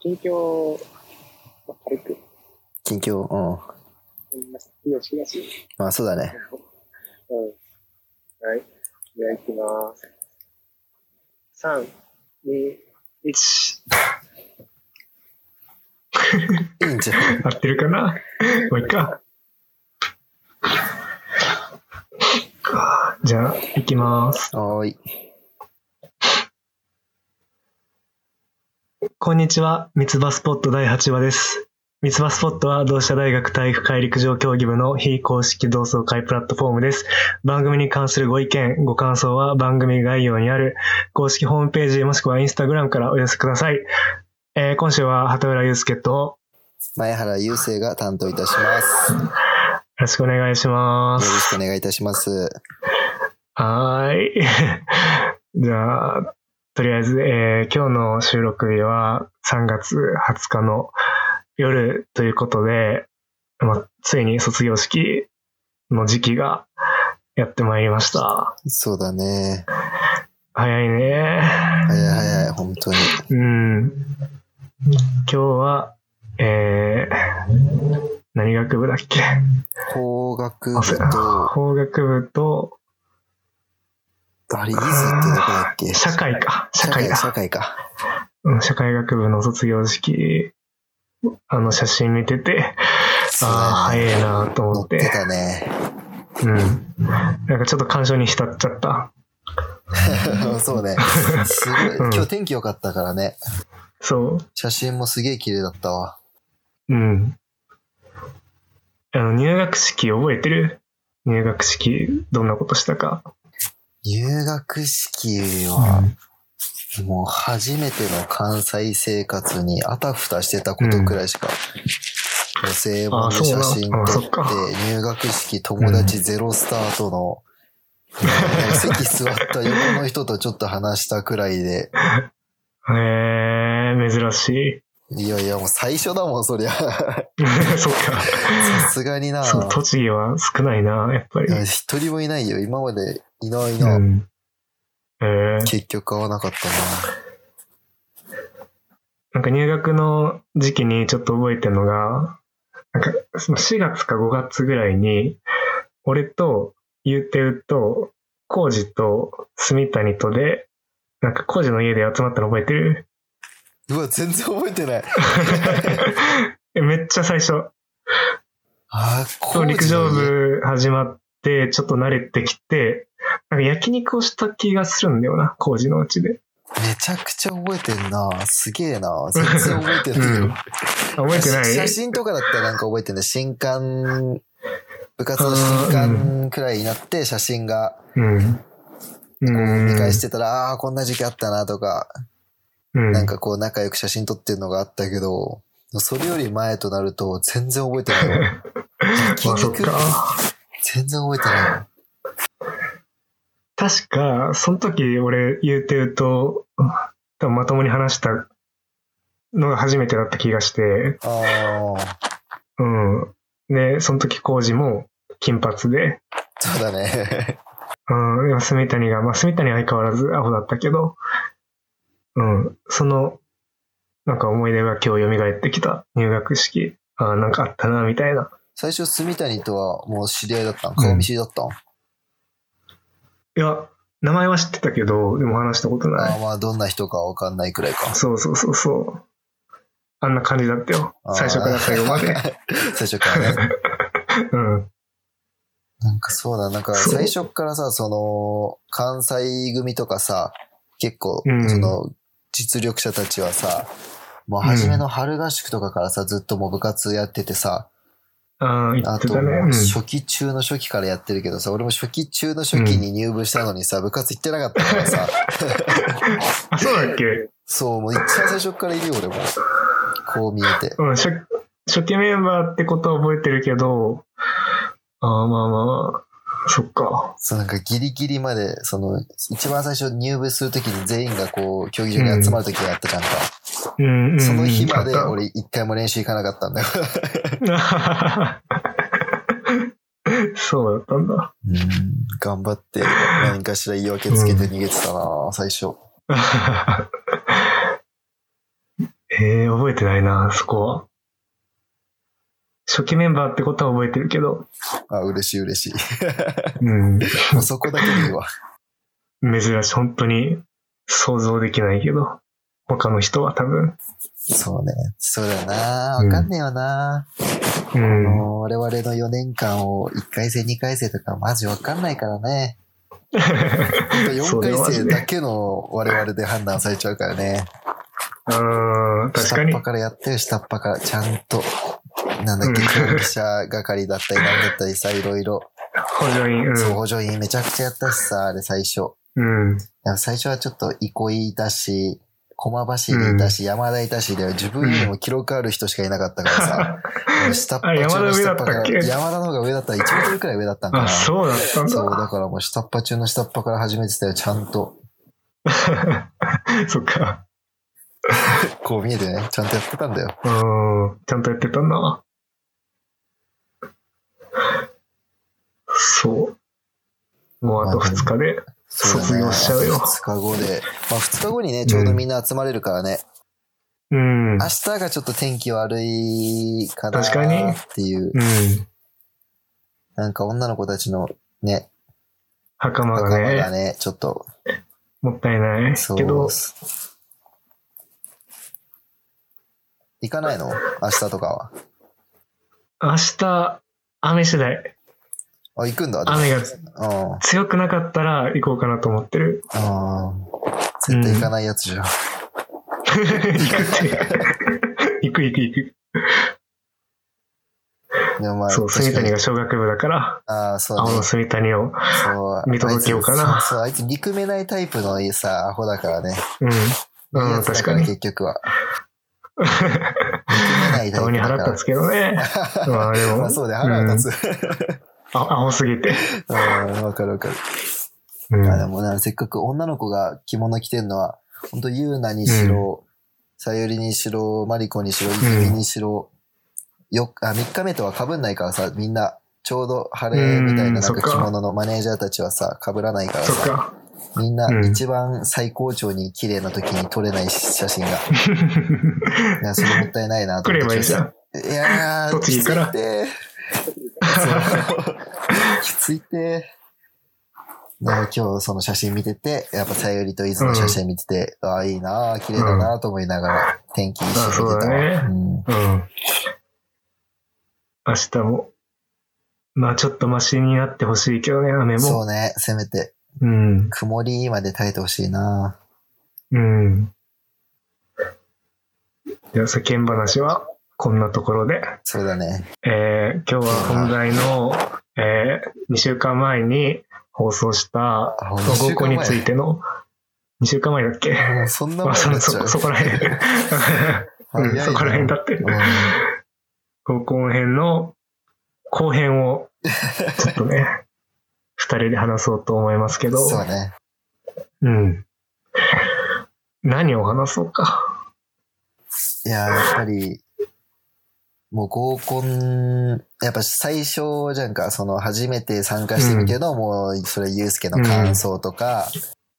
近況、まあ、軽く近況、うん。言います。よしよし。まあそうだね。うん。はい。じゃあ、いきます。3、2、1。いいんじゃん。合ってるかなもういっか。じゃあ、行きます。おーい。こんにちは。三つ葉スポット第8話です。三つ葉スポットは同志社大学体育会陸上競技部の非公式同窓会プラットフォームです。番組に関するご意見、ご感想は番組概要にある公式ホームページもしくはインスタグラムからお寄せください。えー今週は畑浦祐介とよ前原雄生が担当いたします。よろしくお願いしまろす。しくお願いいたします。はーい。 じゃあ、とりあえず、えー今日の収録日は3月20日の夜ということで、まあ、ついに卒業式の時期がやってまいりました。そうだね。早いね。早い早い、本当に。うん。今日は、えー何学部だっけ法学部忘れと、法学部と、あれ、いずってどこだっけ社会か。社会だ。社会か。うん社会学部の卒業式、あの写真見てて、ああ、そうだね早いなと乗思っってて、たね。 うん。なんかちょっと感傷に浸っちゃった。そうね。すごうい。ん今日天気良かったからね。そう。写真もすげえ綺麗だったわ。うん。あの、入学式覚えてる入学式、どんなことしたか。入学式は、うもう初めての関西生活にあたふたしてたことくらいしか、女性本で写真あ撮そうっなてんあそ、入学式友達ゼロスタート の、なんか席座った横の人とちょっと話したくらいで、ん、へえ、珍しい。いやいやもう最初だもんそりゃ。 さ そっすがになか。そう、栃木は少ないな、やっぱりい。や一人もいないよ。今までいないうな。ん。へえ。結局会わなかったな。なんか入学の時期にちょっと覚えてるのが、なんかその4月か5月ぐらいに、俺と、ゆうてうと、コウジと、住谷とで、なんかコウジの家で集まったの覚えて るうわ、全然覚えてない。えめっちゃ最初、あー、そこう陸上。部始まって、ちょっと慣れてきて、なんか焼肉をした気がするんだよな、コウジのうちで。めちゃくちゃ覚えてんな。すげえな。全然覚えてないよ。うん覚えてない写写真とかだったらなんか覚えてない。新刊、部活の新刊くらいになって写真がうん。うん。見返してたら、ああー、こんな時期あったなとか、うん、なんかこう仲良く写真撮ってるのがあったけど、それより前となると全然覚えて ないわ。まあそっか。全然覚えてないわ。確か、その時俺言うてると、多分まともに話したのが初めてだった気がして、ああ、うん。で、その時工事も金髪で、そうだね。うん、でも住谷が、まあ住谷は相変わらずアホだったけど、うん、その、なんか思い出が今日蘇ってきた入学式、ああ、なんかあったな、みたいな。最初、住谷とはもう知り合いだったん顔見知りだったん、いや、名前は知ってたけど、でも話したことあなあ、まあ、どんな人かわかんないくらいかい。。そうそうそうそう。あんな感じだったよ。あー最初から最 後まで。最初からね。うん。なんかそうだ、なんかそう最初からさ、その、関西組とかさ、結構う、んその、実力者たちはさ、もう初めの春合宿とかからさ、ずっともう部活やっててさ、ああ、言あってとたね。もううん初期中の初期からやってるけどさ、俺も初期中の初期に入部したのにさ、部活行ってなかったからさ、あ、そうだっけ そう、もう一番最初からいるよ、俺も。こう見えて。うん、初初期メンバーってことは覚えてるけど、ああ、まあまあまあ、そっか。そう、なんかギリギリまで、その、一番最初入部するときに全員がこう、競技場に集まるときがあったじゃんか。うん、うん。その日まあっでた。俺一回も練習行かなかったんだよ。 そうだったんだ。 頑張って何かしら言い訳つけて逃げてたな、最初。えへえ、覚えてないな、そこは。初期メンバーってことは覚えてるけど。あ、嬉しい嬉しうん。い。 もうそこだけでいいわ。珍しい。本当に想像できないけど。他の人は多分。そうね。そうだよな。わかんねえよな。あうん。の我々の4年間を1回生、2回生とかマジわかんないからね。 そ4れ回はね生だけの我々で判断されちゃうからね。うん、確下かっに端。からやってよ、下っ端から。ちゃんと。なんだっけ、うん競技者係だったり、なんだったりさ、いろいろ。補助員、そう、補助員めちゃくちゃやったしさ、あれ最初。うん。うん。いや最初はちょっと憩いだし、駒走りいたし、山田いたしで、自分よりも記録ある人しかいなかったからさ、もう下っあ端山中田の上下だっった端っかけら、山田の方が上だったら1メートルくらい上だったんか あ、な。そうだったんそう、だだ。からもう下っ端中の下っ端から始めてたよ、ちゃんと。 そっか。こう見えてね、ちゃんとやってたんだよ。うん。ちゃんとやってたんだ。そう。もうあと2日で。そうだ卒ね。業しちゃうよ2日後で。まあ2日後にね、ちょうどみんな集まれるからね。うん。うん明。日がちょっと天気悪いかな確かにっていう、なんか女の子たちのね、袴仲が間がね、ね、ちょっともったいないそうけど、行かないの明日とかは。明日、雨次第、あ、行くんだ。でも雨がうん。うん。強くなかったら行こうかなと思ってる。絶対行かないやつじゃん。行く行く行く。でもまあ、そう、確住かに谷が小学部だから、ああ、そう青ねの。住谷を、そう。見届けようかなあいつそうそう、あいつ憎めないタイプのさ、アホだからね。うん。いいうん、やつだ確かからに。結局は。憎めないタイたまプにだ腹か立つけ どね。ら。まあでもまあそうで腹が立つ。あ、青すぎて。 うん、わかるわかる。うん。あでもなせっかく女の子が着物着てるのは、本当ユーナにしろ、さゆりにしろ、マリコにしろ、泉にしろ、よあ3日目とは被んないからさ、みんな、ちょうど晴れみたいななんうんそっかか着物のマネージャーたちはさ、被らないからそっさ、 か。みんうなん一番最高潮に綺麗な時に撮れない写真が。いや、それもったいないなと来思っればていいじゃん。いやー、栃木からきついって。きついって。で今日その写真見てて、やっぱさゆりと伊豆の写真見てて、ああ、いいなあ、綺麗だなあと思いながら、天気一緒に見てたわあそうだねうんうん。明日も。まあちょっとマシになってほしいけどね、雨そも。うね、せめて、うん。曇りまで耐えてほしいなうん。じゃあ世間話はこんなところで。そうだね。えー今日は本題の、え2週間前に放送したあ、保護校について。ての、2週間前だっけもうそんなまもあ、んそなのっちゃ。そうそこら辺、早いうんなそこら辺だってう、ん高校編の後編を、ちょっとね、二人で話そうと思いますけど、そうね。うん。何を話そ うか。いやー、やっぱり、もう合コン、やっぱ最初じゃんか、その初めて参加してみての、もう、それ、ゆうすけの感想とか、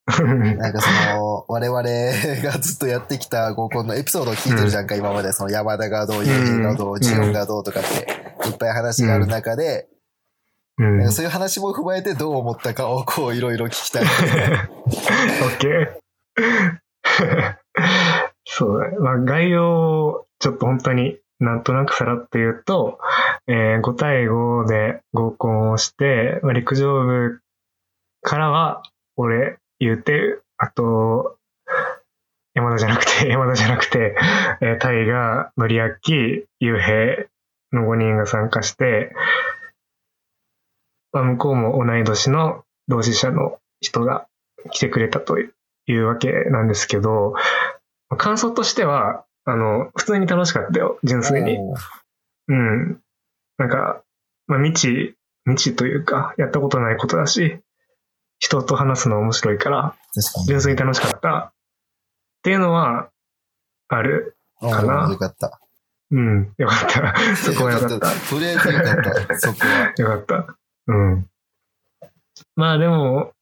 なんかその、我々がずっとやってきた合コンのエピソードを聞いてるじゃんか、今まで、その山田がどう、ゆうへいがどうう、んジオンがどうとかって、いっぱい話がある中で、うん。なんかオッそういう話も踏まえてどう思ったかを、こう、いろいろ聞きたい。 ケー。そうだね。まあ、概要をちょっと本当になんとなくさらっと言うと、えー5対5で合コンをして、まあ、陸上部からは、俺、言うて、あと、山田じゃなくて、山田じゃなくて、えー、タイが、のりあき、ゆうへいの5人が参加して、まあ、向こうも同い年の同志社の人が来てくれたというわけなんですけど、まあ感想としては、あの、普通に楽しかったよ、純粋に。うん。なんか、まあ、未知、未知というか、やったことないことだし、人と話すの面白いから、確か純粋に楽しかった。っていうのは、ある。に。かなうんよかった。うん、よかった。そこはよかった。とりあえずよかった、そこは。よかった。うん。まあでも、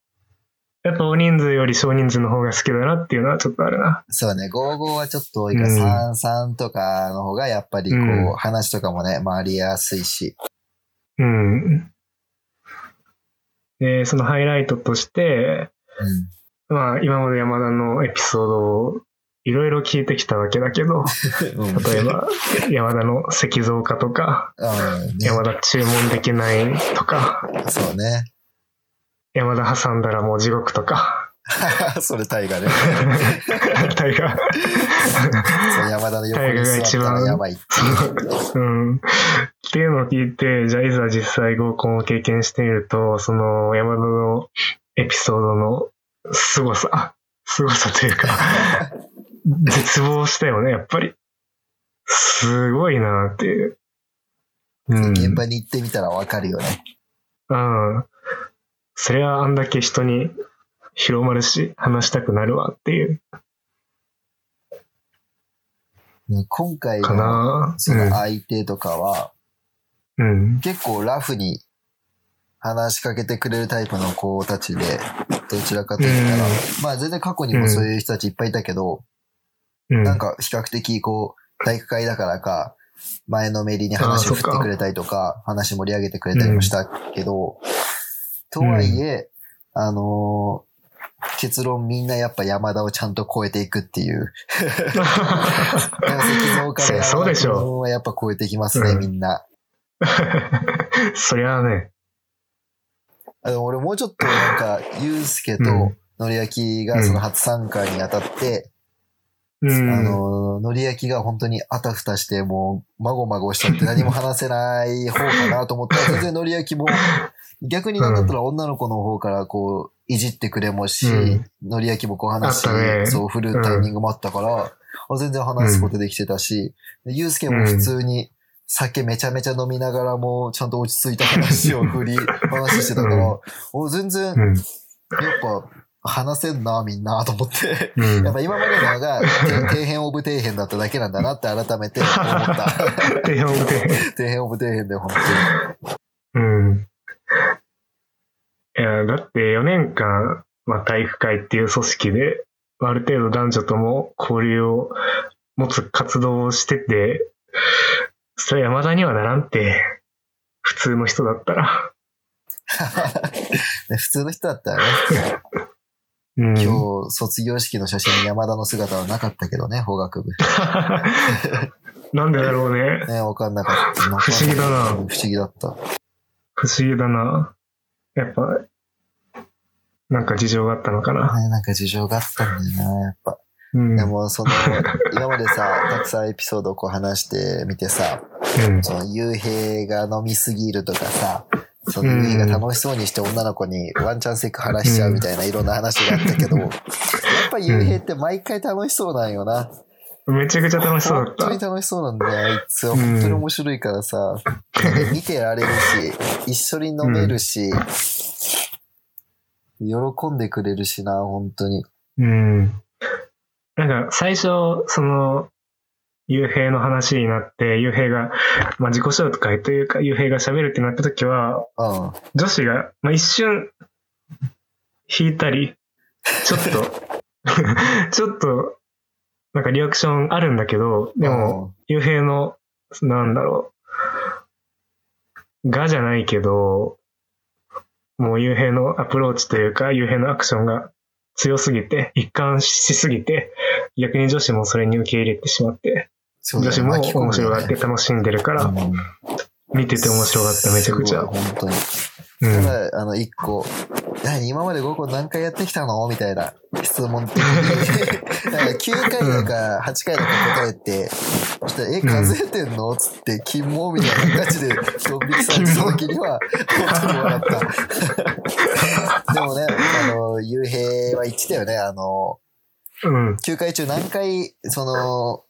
やっぱ大人数より少人数の方が好きだなっていうのはちょっとあるな。そうね、55はちょっと多いから、う33とかの方がやっぱりこう、うん話とかもね、回りやすいし。うん。で、そのハイライトとして、うん。まあ今まで山田のエピソードをいろいろ聞いてきたわけだけど、うん例えば山田の石像化とか、うん、ね山田注文できないとか、そうね。 山田挟んだらもう地獄とか、それ大河ね。大河、そう山田の横に座ったらやばいってそのうん。っていうのを聞いて、じゃあいざ実際合コンを経験してみると、その山田のエピソードの凄さ、凄さと いうか、絶望したよね、やっぱり。すごいなっていう。うん。現場に行ってみたらわかるよね。うん。それはあんだけ人に広まるし、話したくなるわっていううん今回かのな。その相手とかは、うん。うん。結構ラフに話しかけてくれるタイプの子たちで、どちらかというとうんまあ全然過去にもそういう人たちいっぱいいたけど、うん。なんか比較的こう、体育会だからか、前のめりに話を振ってくれたりとか、話盛り上げてくれたりもしたけど、とはいえ、あのー結論みんなやっぱ山田をちゃんと超えていくっていう。だから石像から そうそうでしょ山う田君はやっぱ超えてきますね、うんみんな。 そりゃあね。あでも俺もうちょっとなんか、ゆうすけとうんのりやきがその初参加にあたって、うん。あの、のりやきが本当にあたふたして、もう、まごまごしちゃって何も話せない方かなと思ったら、全然のりや きも、逆になんだったら女の子の方からこう、いじってくれもし、うんのりやきもこう話あったねそう、振るタイミングもあったから、あ全然話すことできてたし、でゆうすけも普通に、酒めちゃめちゃ飲みながらも、ちゃんと落ち着いた話を振 り、話してたかうんら、お全然、うやっん。ぱ、話せんな、みんな、と思って。うんやっぱ今までのが、て底辺オブ底辺だっただけなんだなって改めて思 った。って思って。底辺オブ底辺で本当に。うん。いや、だって4年間、まあ、体育会っていう組織で、ある程度男女とも交流を持つ活動をしてて、それ山田にはならんって、普通の人だったら。ね普通の人だったらね、うん。今日卒業式の写真に山田の姿はなかったけどね、法学部。 なんでだろうね。ね、わかんなかった。 不思議だな不思議だった。不思議だな。やっぱ、なんか事情があったのかな。ね、なんか事情があったんだよな、やっぱ。うん。でも、その、今までさ、たくさんエピソードをこう話してみてさ、うん、その、幽閉が飲みすぎるとかさ、その、うん幽閉が楽しそうにして女の子にワンチャンセクハラしちゃうみたいないろんな話があったけど、やっぱ幽閉って毎回楽しそうなんよな。めちゃくちゃ楽しそうだ本っ当にた。楽しそうなんだよ、あいつ。本当に面白いからさ、で見てられるし、一緒に飲めるし、喜んでくれるしな、本当に。うん。なんか最初、その、幽閉の話になって、幽閉が、まあ、自己紹介というか、幽閉が喋るってなった時は、うん。女子が、まあ、一瞬、引いたり、ちょっと、 ちょっと、なんかリアクションあるんだけど、でも、幽閉の、なんだろう、がじゃないけど、もう幽閉のアプローチというか、幽閉のアクションが強すぎて、一貫しすぎて、逆に女子もそれに受け入れてしまって、そうだ女ね巻子もき込む面白よがねって楽しんでるから、うん見てて面白かった、めちゃくちゃす。ごい本当に。うたん。だ、あの、一個、何、今まで5個何回やってきたのみたいな質問的に。 だから9回だか8回だか答えて、そしたら、え、うん数えてんのつって、金もみたいな感じで、ドン引きされた時には、本当に笑 った。でもね、あの、ゆうへいは言ってたよね、あの、うん。 9回中何回、その、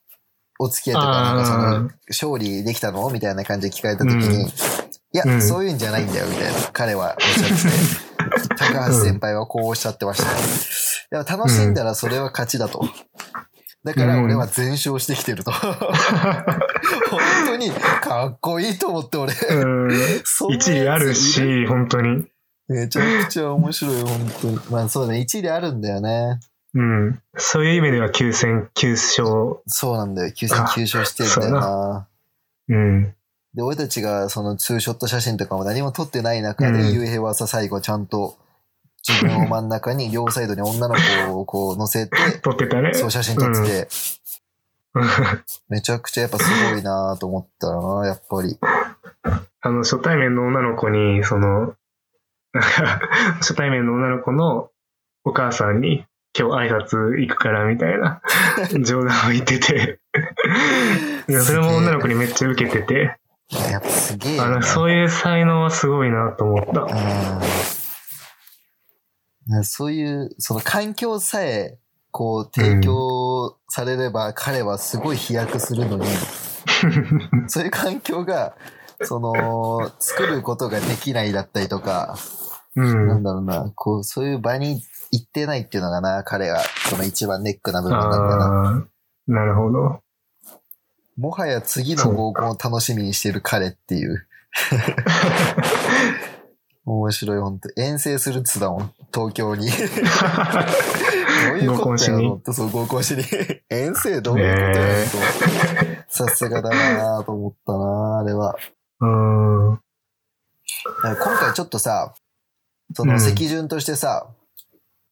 お付き合いとか、なんかそのあ、勝利できたのみたいな感じで聞かれたときに、うんいや、うんそういうんじゃないんだよ、みたいな、彼はおっしゃってて、高橋先輩はこうおっしゃってましたね。でも楽しんだらそれは勝ちだと。だから俺は全勝してきてると。本あ。当にかっこいいと思って俺。うん。 そんなやつ一理あるいる。し、本当に。めちゃくちゃ面白い、本当に。まあそうね、1位であるんだよね。うん。そういう意味では9戦9勝。そうなんだよ。9戦9勝してんだよあな。うん。で、俺たちがそのツーショット写真とかも何も撮ってない中で、うんゆうへいはさ、最後ちゃんと自分を真ん中 に両サイドに女の子をこう乗せて、取ってたね。そう写真撮ってて、 うんめちゃくちゃやっぱすごいなと思ったな、やっぱり。あの、初対面の女の子に、その、なんか、初対面の女の子のお母さんに、今日挨拶行くからみた いな冗談を言ってて、いやそれも女の子にめっちゃ受けてて、やっぱすげえあな。のそういう才能はすごいなと 思った。うんそういう、その環境さえ、こう、提供されれば、彼はすごい飛躍するのに、そういう環境が、その、作ることができないだったりとか、うん。なんだろうな、こう、そういう場に行ってないっていうのがな、彼が、その一番ネックな部分なんだよな。ああ、なる ほど。もはや次の合コンを楽しみにしてる彼って いう。面白い、本当遠征するっつだもん、東京 に。どういう合コこンとしやにろって、そう、合コンしに。遠征どういうことやろねと。さすがだなと思ったなあれは。うん。うん。だから今回ちょっとさ、そうのん席順としてさ、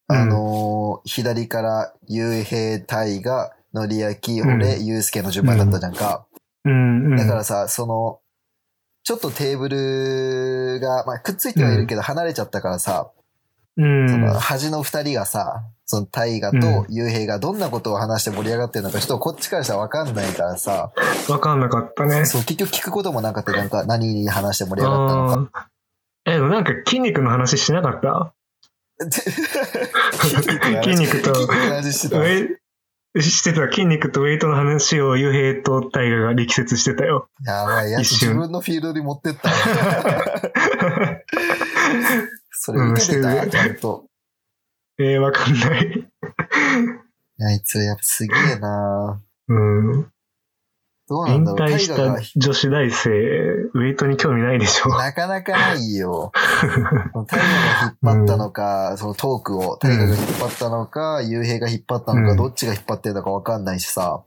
あのー左から、ゆうへい、たいが、のりやき、俺、ゆうすけの順番だったじゃんか。うん。だからさ、その、ちょっとテーブルが、まあ、くっついてはいるけど、離れちゃったからさ、うん。その端の二人がさ、その大河と雄平がどんなことを話して盛り上がってるのか、ちょっとこっちからしたら分かんないからさ、わかんなかったね。そう、結局聞くこともなかったなんか何に話して盛り上がったのか。ああ。え、でもなんか筋肉の話しなかった 筋肉と筋肉の話してた。ウェイしてた筋肉とウェイトの話を幽閉と大河が力説して たよ。やばい、やつ一瞬自分のフィールドに持ってった。それ受けてうた、んちゃんと。えー、わかんない。いやあいつ、やっぱすげえなうん。どうな引んだろう。退大し河がた女子大生、ウェイトに興味ないでしょ。なかなかないよ。 タイガが引っ張ったのか、そのトークをタイガが引っ張ったのか、ゆうへいが引っ張ったのか、うんどっちが引っ張ってるのかわかんないしさ。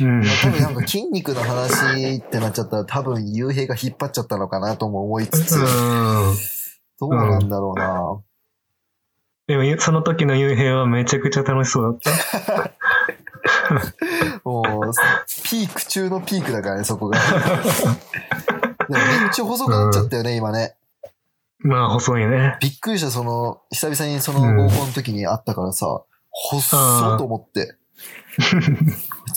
うん。多分なんか筋肉の話ってなっちゃったら、多分ゆうへいが引っ張っちゃったのかなとも思いつつ、うんどうなんだろうな。でも、その時の幽閉はめちゃくちゃ楽しそうだっ もう、ピーク中のピークだからね、そこが。でもめっちゃ細くなっちゃったよね、今ね。た。まあ、細いね。びっくりした、その、久々にその合コンの時に会ったからさ、細っと思って。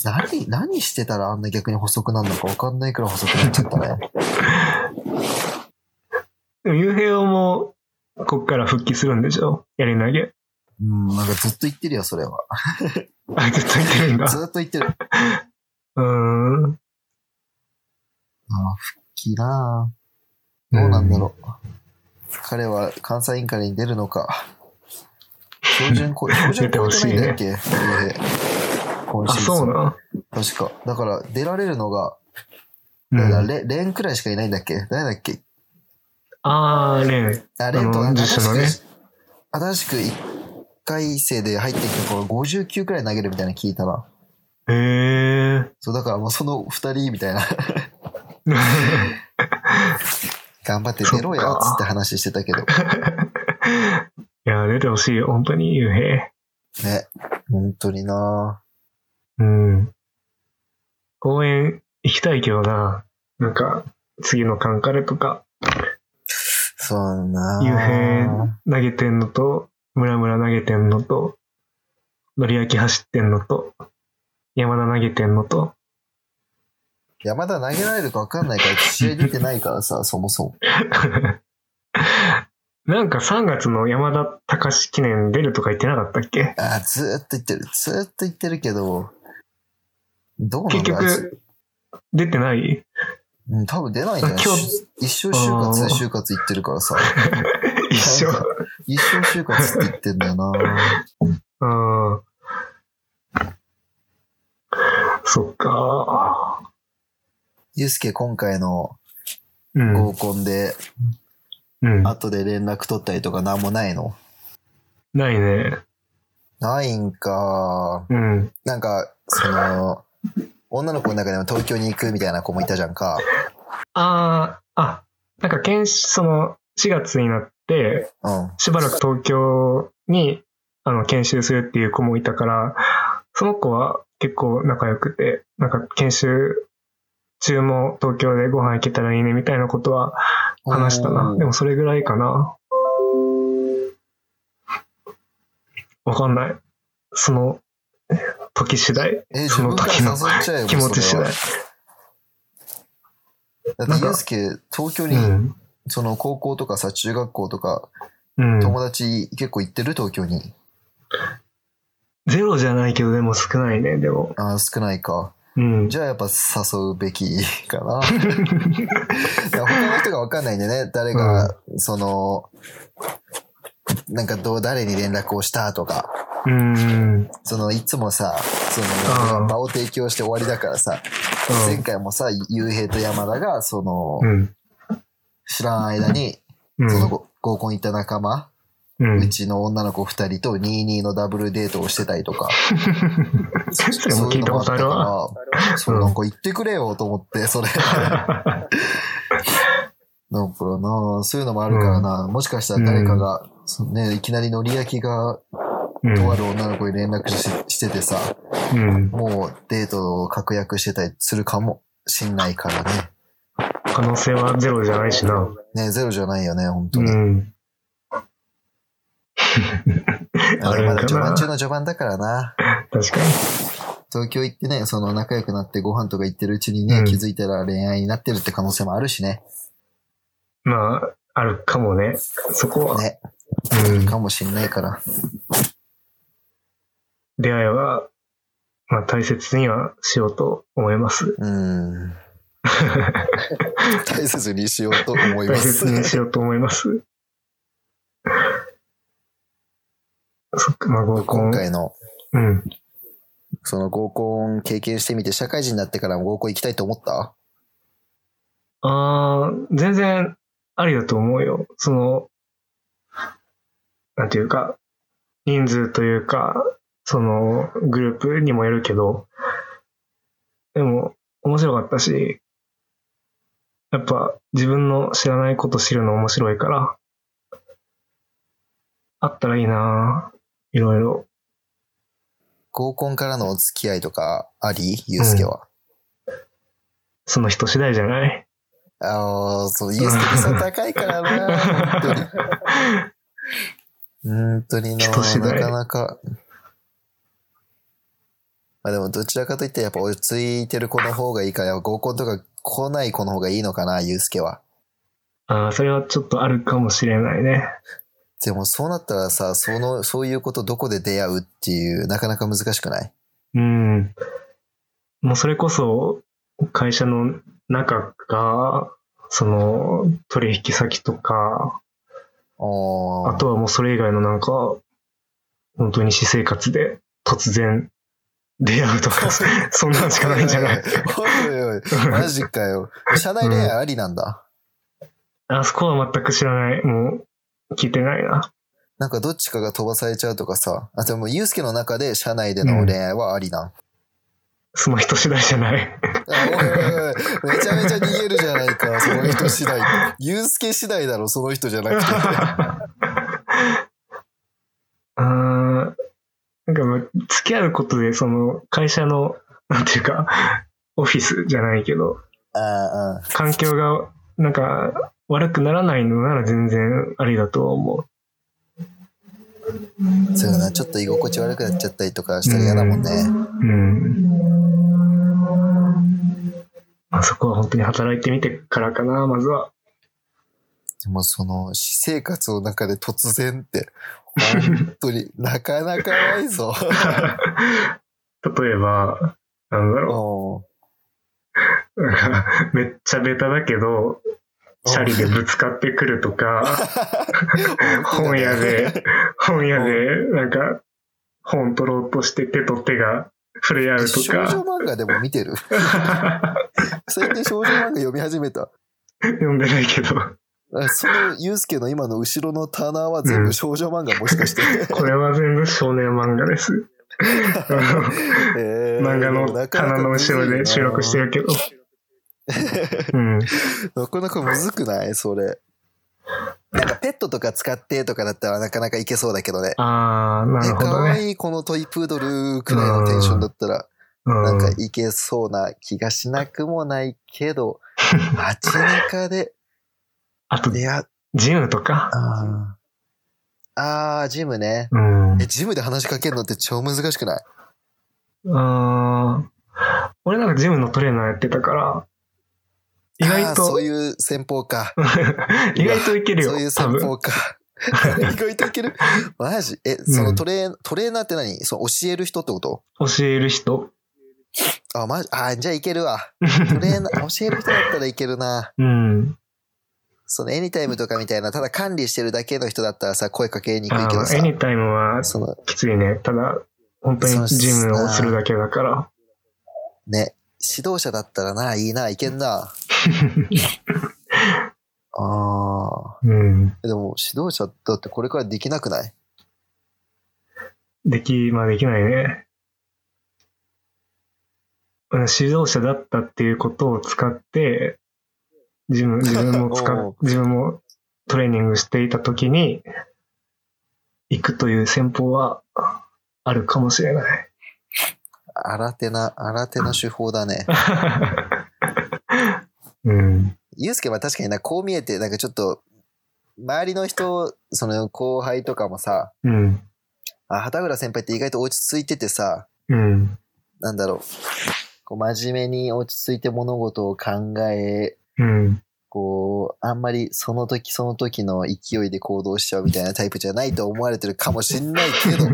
何、何してたらあんな逆に細くなるのか分かんないくらい細くなっちゃったね。でも、幽閉も、こっから復帰するんでしょやり投げ。うん、なんかずっと言ってるよ、それは。あ、ずっと言ってるんだ。ずっと言ってる。あうーん。あ、復帰なあどうなんだろう。彼は関西インカレに出るのか。標準こ、 標準超えてないんだっけ、今あ、シーそズうン。な。確か。だから、出られるのが、うだからん、レ、レンくらいしかいないんだっけ誰だっけあー、ねあれとあ新のし実写のく、ね新しく1回生で入ってきた子が59くらい投げるみたいなの聞いたな。へえ。そう、だからもうその2人みたいな、 頑張って出ろや、そっかつって話してたけど。いや、出てほしいよ、本当に、ゆうへね。本当になイ。うん。応援行きたいけどな。なんか、次のカンカレとか、そうだなゆうへイ投げてんのと、ムラムラ投げてんのと、のりやき走ってんのと、山田投げてんのと、山田投げられるか分かんないから、試合出てないからさ、そもそも。なんか3月の山田隆史記念出るとか言ってなかったっけあーずーっと言ってる。ずーっと言ってるけど、どうなん結だあいつ局、出てないうん、多分出ないんだよあ。今日一生就活、就活行ってるからさ。一緒。なんか一生就活って言ってんだよな うん。そっか。ゆうすけ今回のうん。合コンで、うん。後で連絡取ったりとかなんもないのないね。ないんか。うん。なんか、その、女の子の中でも東京に行くみたいな子もいたじゃんか。ああ、あ、なんか研修、その、4月になって、うん。しばらく東京に、あの、研修するっていう子もいたから、その子は結構仲良くて、なんか研修中も東京でご飯行けたらいいねみたいなことは話したなう。んでもそれぐらいかな。わかんない。その時次第。え、自その分から時誘のっちゃえよ。気持ち次それ第は。だなって、んかユうスケ、東京うに、ん。その高校とかさ、中学校とか、うん。友達結構行ってる東京に。ゼロじゃないけど、でも少ないね、でも。ああ、少ないか。うん。じゃあやっぱ誘うべき か な。いや他の人が分かんないんでね、誰が、その、なんかどう、誰に連絡をしたとか、うん。うんその、いつもさ、そあーの、場を提供して終わりだからさ、前回もさ、ゆうへいと山田が、そのう、ん。知らん間に、うその、ん。ご合コン行った仲間、うんうちの女の子2人と22のダブルデートをしてたりとか、それも聞いたことあるわ。そなるほどういうのもあったから、そう、なんか言ってくれよと思って、それ。なんかなあそういうのもあるからな、もしかしたら誰かが、そのね、いきなりのり焼きがうんとある女の子に連絡ししててさ、うん。もうデートを確約してたりするかもしんないからね。可能性はゼロじゃないしな。ね、ゼロじゃないよね、本当うに。ん。ああれるまんだ序か盤な中。の序盤だからな。確か東京行ってね、その仲良くなってご飯とか行ってるうちにね、うん気づいたら恋愛になってるって可能性もあるしね。に。まあ、あるかもね。そこは。ね、うん。かもしんないから。出会いは、まあ大切にはしようと思います。 うん。大切にしようと思いま大す切。にしようと思います。そっか、まあ合コ今ン。回のうん。その合コン経験してみて、社会人になってからも合コン行きたいと思ったああ、全然ありだと思うよ。その、なんていうか、人数というか、そのグループにもよるけど、でも面白かったし、やっぱ自分の知らないこと知るの面白いから、あったらいいなぁいろいろ。合コンからのお付き合いとかありゆうすけは。その人次第じゃない ああ、そう、ゆうすけってさ、高いから な。本当に。本当に人次な、第なかなか。まあでも、どちらかといって、やっぱ落ち着いてる子の方がいいから、合コンとか来ない子の方がいいのかな、ゆうすけは。ああ、それはちょっとあるかもしれないね。でも、そうなったらさ、その、そういうことどこで出会うっていう、なかなか難しくないうん。もうそれこそ、会社の中が、その、取引先とか、おあとはもうそれ以外のなんか、本当に私生活で突然出会うとか、 そんなんしかないんじゃ ないおいおいおい、マジかよ。社内恋愛ありなんだ。 あそこは全く知らない。もう、聞いてないな。なんかどっちかが飛ばされちゃうとかさ。あ、でも、ゆうすけの中で社内での恋愛はありなん。その人次第じゃない。あおいおいおい、めちゃめちゃ逃げるじゃないか、その人次第。ゆうすけ次第だろ、その人じゃな くて。あーなんかまあ付き合うことでその会社のなんていうかオフィスじゃないけどああ、あ環境がなんか悪くならないのなら全然ありだとは思あそうだな。ちょっと居心地悪くなっちゃったりとかしたら嫌だもんね。ううんまあそこは本当に働いてみてからかなまずはでも、その、私生活の中で突然 って、本当になかなかないぞ。 例えばなんだろうんうなんかめっちゃベタだけどチャリ でぶつかってくるとか本屋で、本屋で、なんか、本取ろうとして手と手が触れ合うと少女か、漫画でも見てる最近少女漫画読み始めた。読んでないけど、そのユースケの今の後ろの棚は全部少女漫画もしかして。 これは全部少年漫 画です。えー漫で画ものなかなか棚の後ろで収録してるけど。うん。なかなかむずくないそれ。なんかペットとか使ってとかだったらなかなかいけそうだけどね。あー、なえ、るほかどわね。いいこのトイプードルくらいのテンションだったら、うんなんかいけそうな気がしなくもないけ ど、街中で、あとい、や、ジムとか。あーあー、ジムね。うん。え、ジムで話しかけるのって超難しくないあー俺なんかジムのトレーナーやってたから、意あー外そとう、いう戦法か。 意外といけるよそういう、多戦分。法か。 意外とい ける。マジえ、そのトレー、トレーナーって何その教える人ってこと教える人。あ、マジあ、じゃあいけるわ。トレーナ ー、教える人だったらいけるな。うん。そのエニタイムとかみたいな、ただ管理してるだけの人だったらさ、声かけにくいあけどーさエ。ニタイムはその、きついね。ただ、本当にジムをするだけだ から。ね、指導者だったらな、いいな、いけんな。あうん。ーでも指導者だってこれからできなくないでき、まあできないね。うん指導者だったっていうことを使って、自分、自分も使おっう、自分もトレーニングしていたときに、行くという戦法はあるかもしれ ない。新手な、新手な手法だね。うん。ゆうすけは確かにな、こう見えて、なんかちょっと、周りの人、その後輩とかもさ、うん。あ、畑浦先輩って意外と落ち着いててさ、うん。なんだろう、こう真面目に落ち着いて物事を考え、うん。こう、あんまりその時その時の勢いで行動しちゃうみたいなタイプじゃないと思われてるかもしんないけど、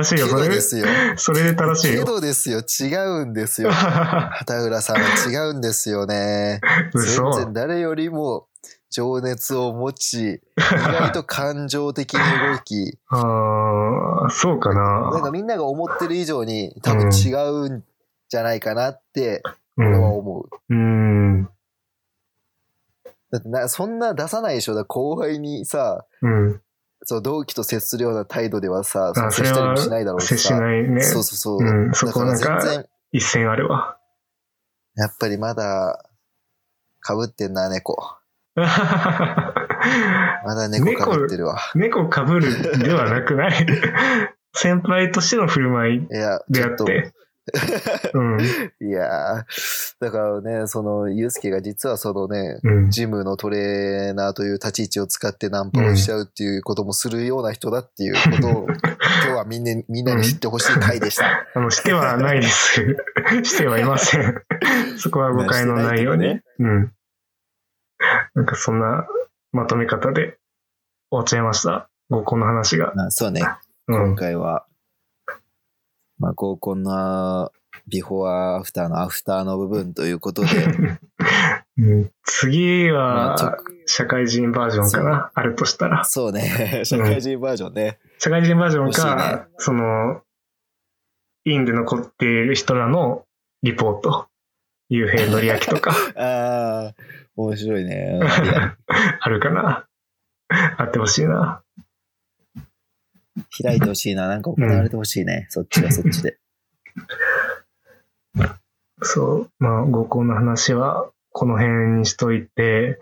正 しいけよ、そどれで。すよ。それで正しいけよ。どですよ、違うんですよ。畑浦さんは違うんですよね。全 嘘然。誰よりも情熱を持ち、意外と感情的に動き、ああ、そうかなんかな。みんなが思ってる以上に多分違うんじゃないかなってう俺はん。思う。うん。だってな、そんな出さないでしょ。だから後輩にさ、うん。そう同期と接するような態度ではさ、そあうそ接れしたりはもしないだろう接ししさ。ないね。そうそうそう。うんそだこかはならんか全然、一線あるわ。 やっぱりまだ、かぶってんな、猫。まだ猫かぶってるわ。猫かぶるではなくない 先輩としての振る舞いいや、ちであょっっと、て。うん。いやーだからね、その、ゆうすけが実はそのね、うん。ジムのトレーナーという立ち位置を使ってナンパをしちゃうっていうこともするような人だっていうことを、 今日はみんなみんなに知ってほしい回でした。あの、してはないです。 してはいません。そこは誤解のないように。ねうん。なんかそんなまとめ方で終わっちゃいました。合コンの話が。まあそうね、うん今。回は、まあ合コンのビフォーアフターのアフターの部分ということで、 うん次まあちょは、社会人バージョンかな。あるとしたら。そうね、社会人バージョンね。社会人バージョン欲しいか、ねその、インで残っている人らのリポート。幽閉のりやき とか、ああ、面白いね。いやあるかな。あってほしいな。開いてほしいな。なんか行われてほしいね。そっちはそっちで。そう、まあ、合コンの話はこの辺にしといて、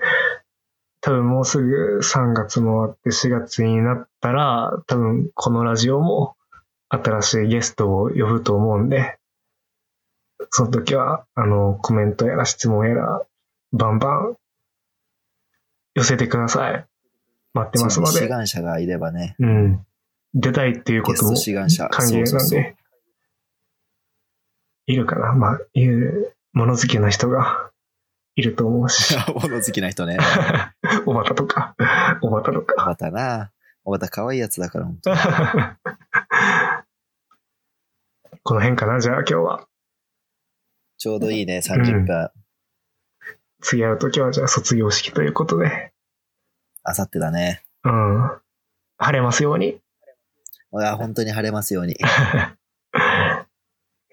多分もうすぐ3月も終わって4月になったら、多分このラジオも新しいゲストを呼ぶと思うんで、その時は、あの、コメントやら質問やら、バンバン寄せてください。待ってますのそうね志 で。願者がいればね。うん。出たいっていうこゲとスもト志願者。歓迎そうなんそうそう、で。いるかなまあ、いう、物好きな人がいると思うし 物好きな 人ね。おばたとか、おばたとおか。 ばたな。おばた可愛いやつだから、本当この辺かなじゃあ今日は。ちょうどいいね、30分。次会うときはじゃあ卒業式ということで。あさってだね。うん。晴れますように。あ本当に晴れますように。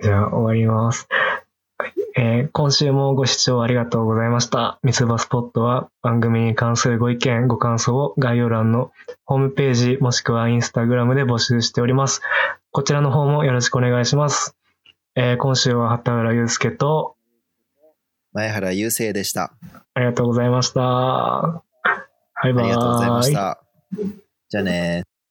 じゃあ終わります。はいええー今週もご視聴ありがとうございました。三つ葉スポットは番組に関するご意見、ご感想を概要欄のホームページもしくはインスタグラムで募集しております。こちらの方もよろしくお願いします。えー今週は畑浦祐介と前原雄生でした。ありがとうございました。バイバイ。ありがとうございました。じゃあねー。